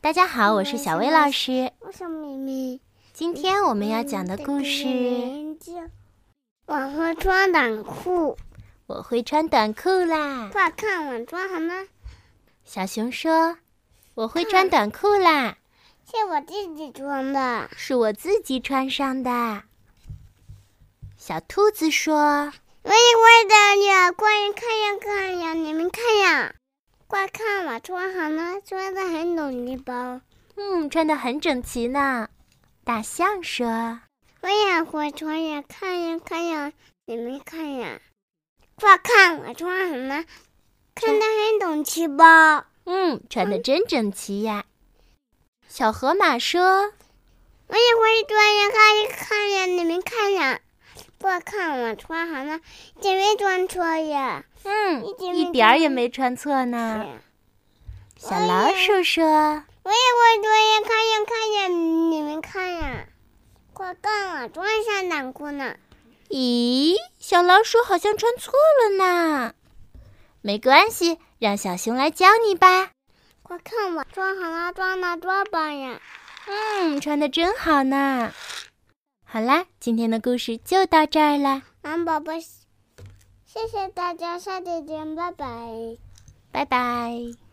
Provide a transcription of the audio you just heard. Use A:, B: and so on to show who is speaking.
A: 大家好，我是嗯小薇老师。
B: 我是妹妹。
A: 今天我们要讲的故事，
B: 我会穿短裤。
A: 我会穿短裤啦。
B: 快看我穿什么？
A: 小熊说：“我会穿短裤啦，
B: 是我自己穿的。
A: 是我自己穿上的。”小兔子说
B: 喂喂的呀，快看呀看呀，你们看呀，快看我穿什么？穿的很努力吧？：“
A: 嗯，穿的很整齐呢。”大象说
B: 我也会穿呀，看呀看呀，你们看呀，快看我穿什么？看的很懂齐吧？：“
A: 嗯，穿的真整齐呀。”小河马说
B: 我也会穿呀，看呀看呀，你们看呀，快看我穿什么？姐妹穿错呀？：“
A: 嗯，
B: 一
A: 一点儿也没穿错呢。”小老鼠说
B: 我也会穿呀，看呀看呀，你们看呀，快看我穿上短裤呢。：“
A: 咦，小老鼠好像穿错了呢。”没关系，让小熊来教你吧。
B: 快看我穿好了，穿了多棒呀！
A: 嗯，穿的真好呢。好啦，今天的故事就到这儿啦，
B: 蓝宝宝，谢谢大家，下次见，拜拜。
A: 拜拜。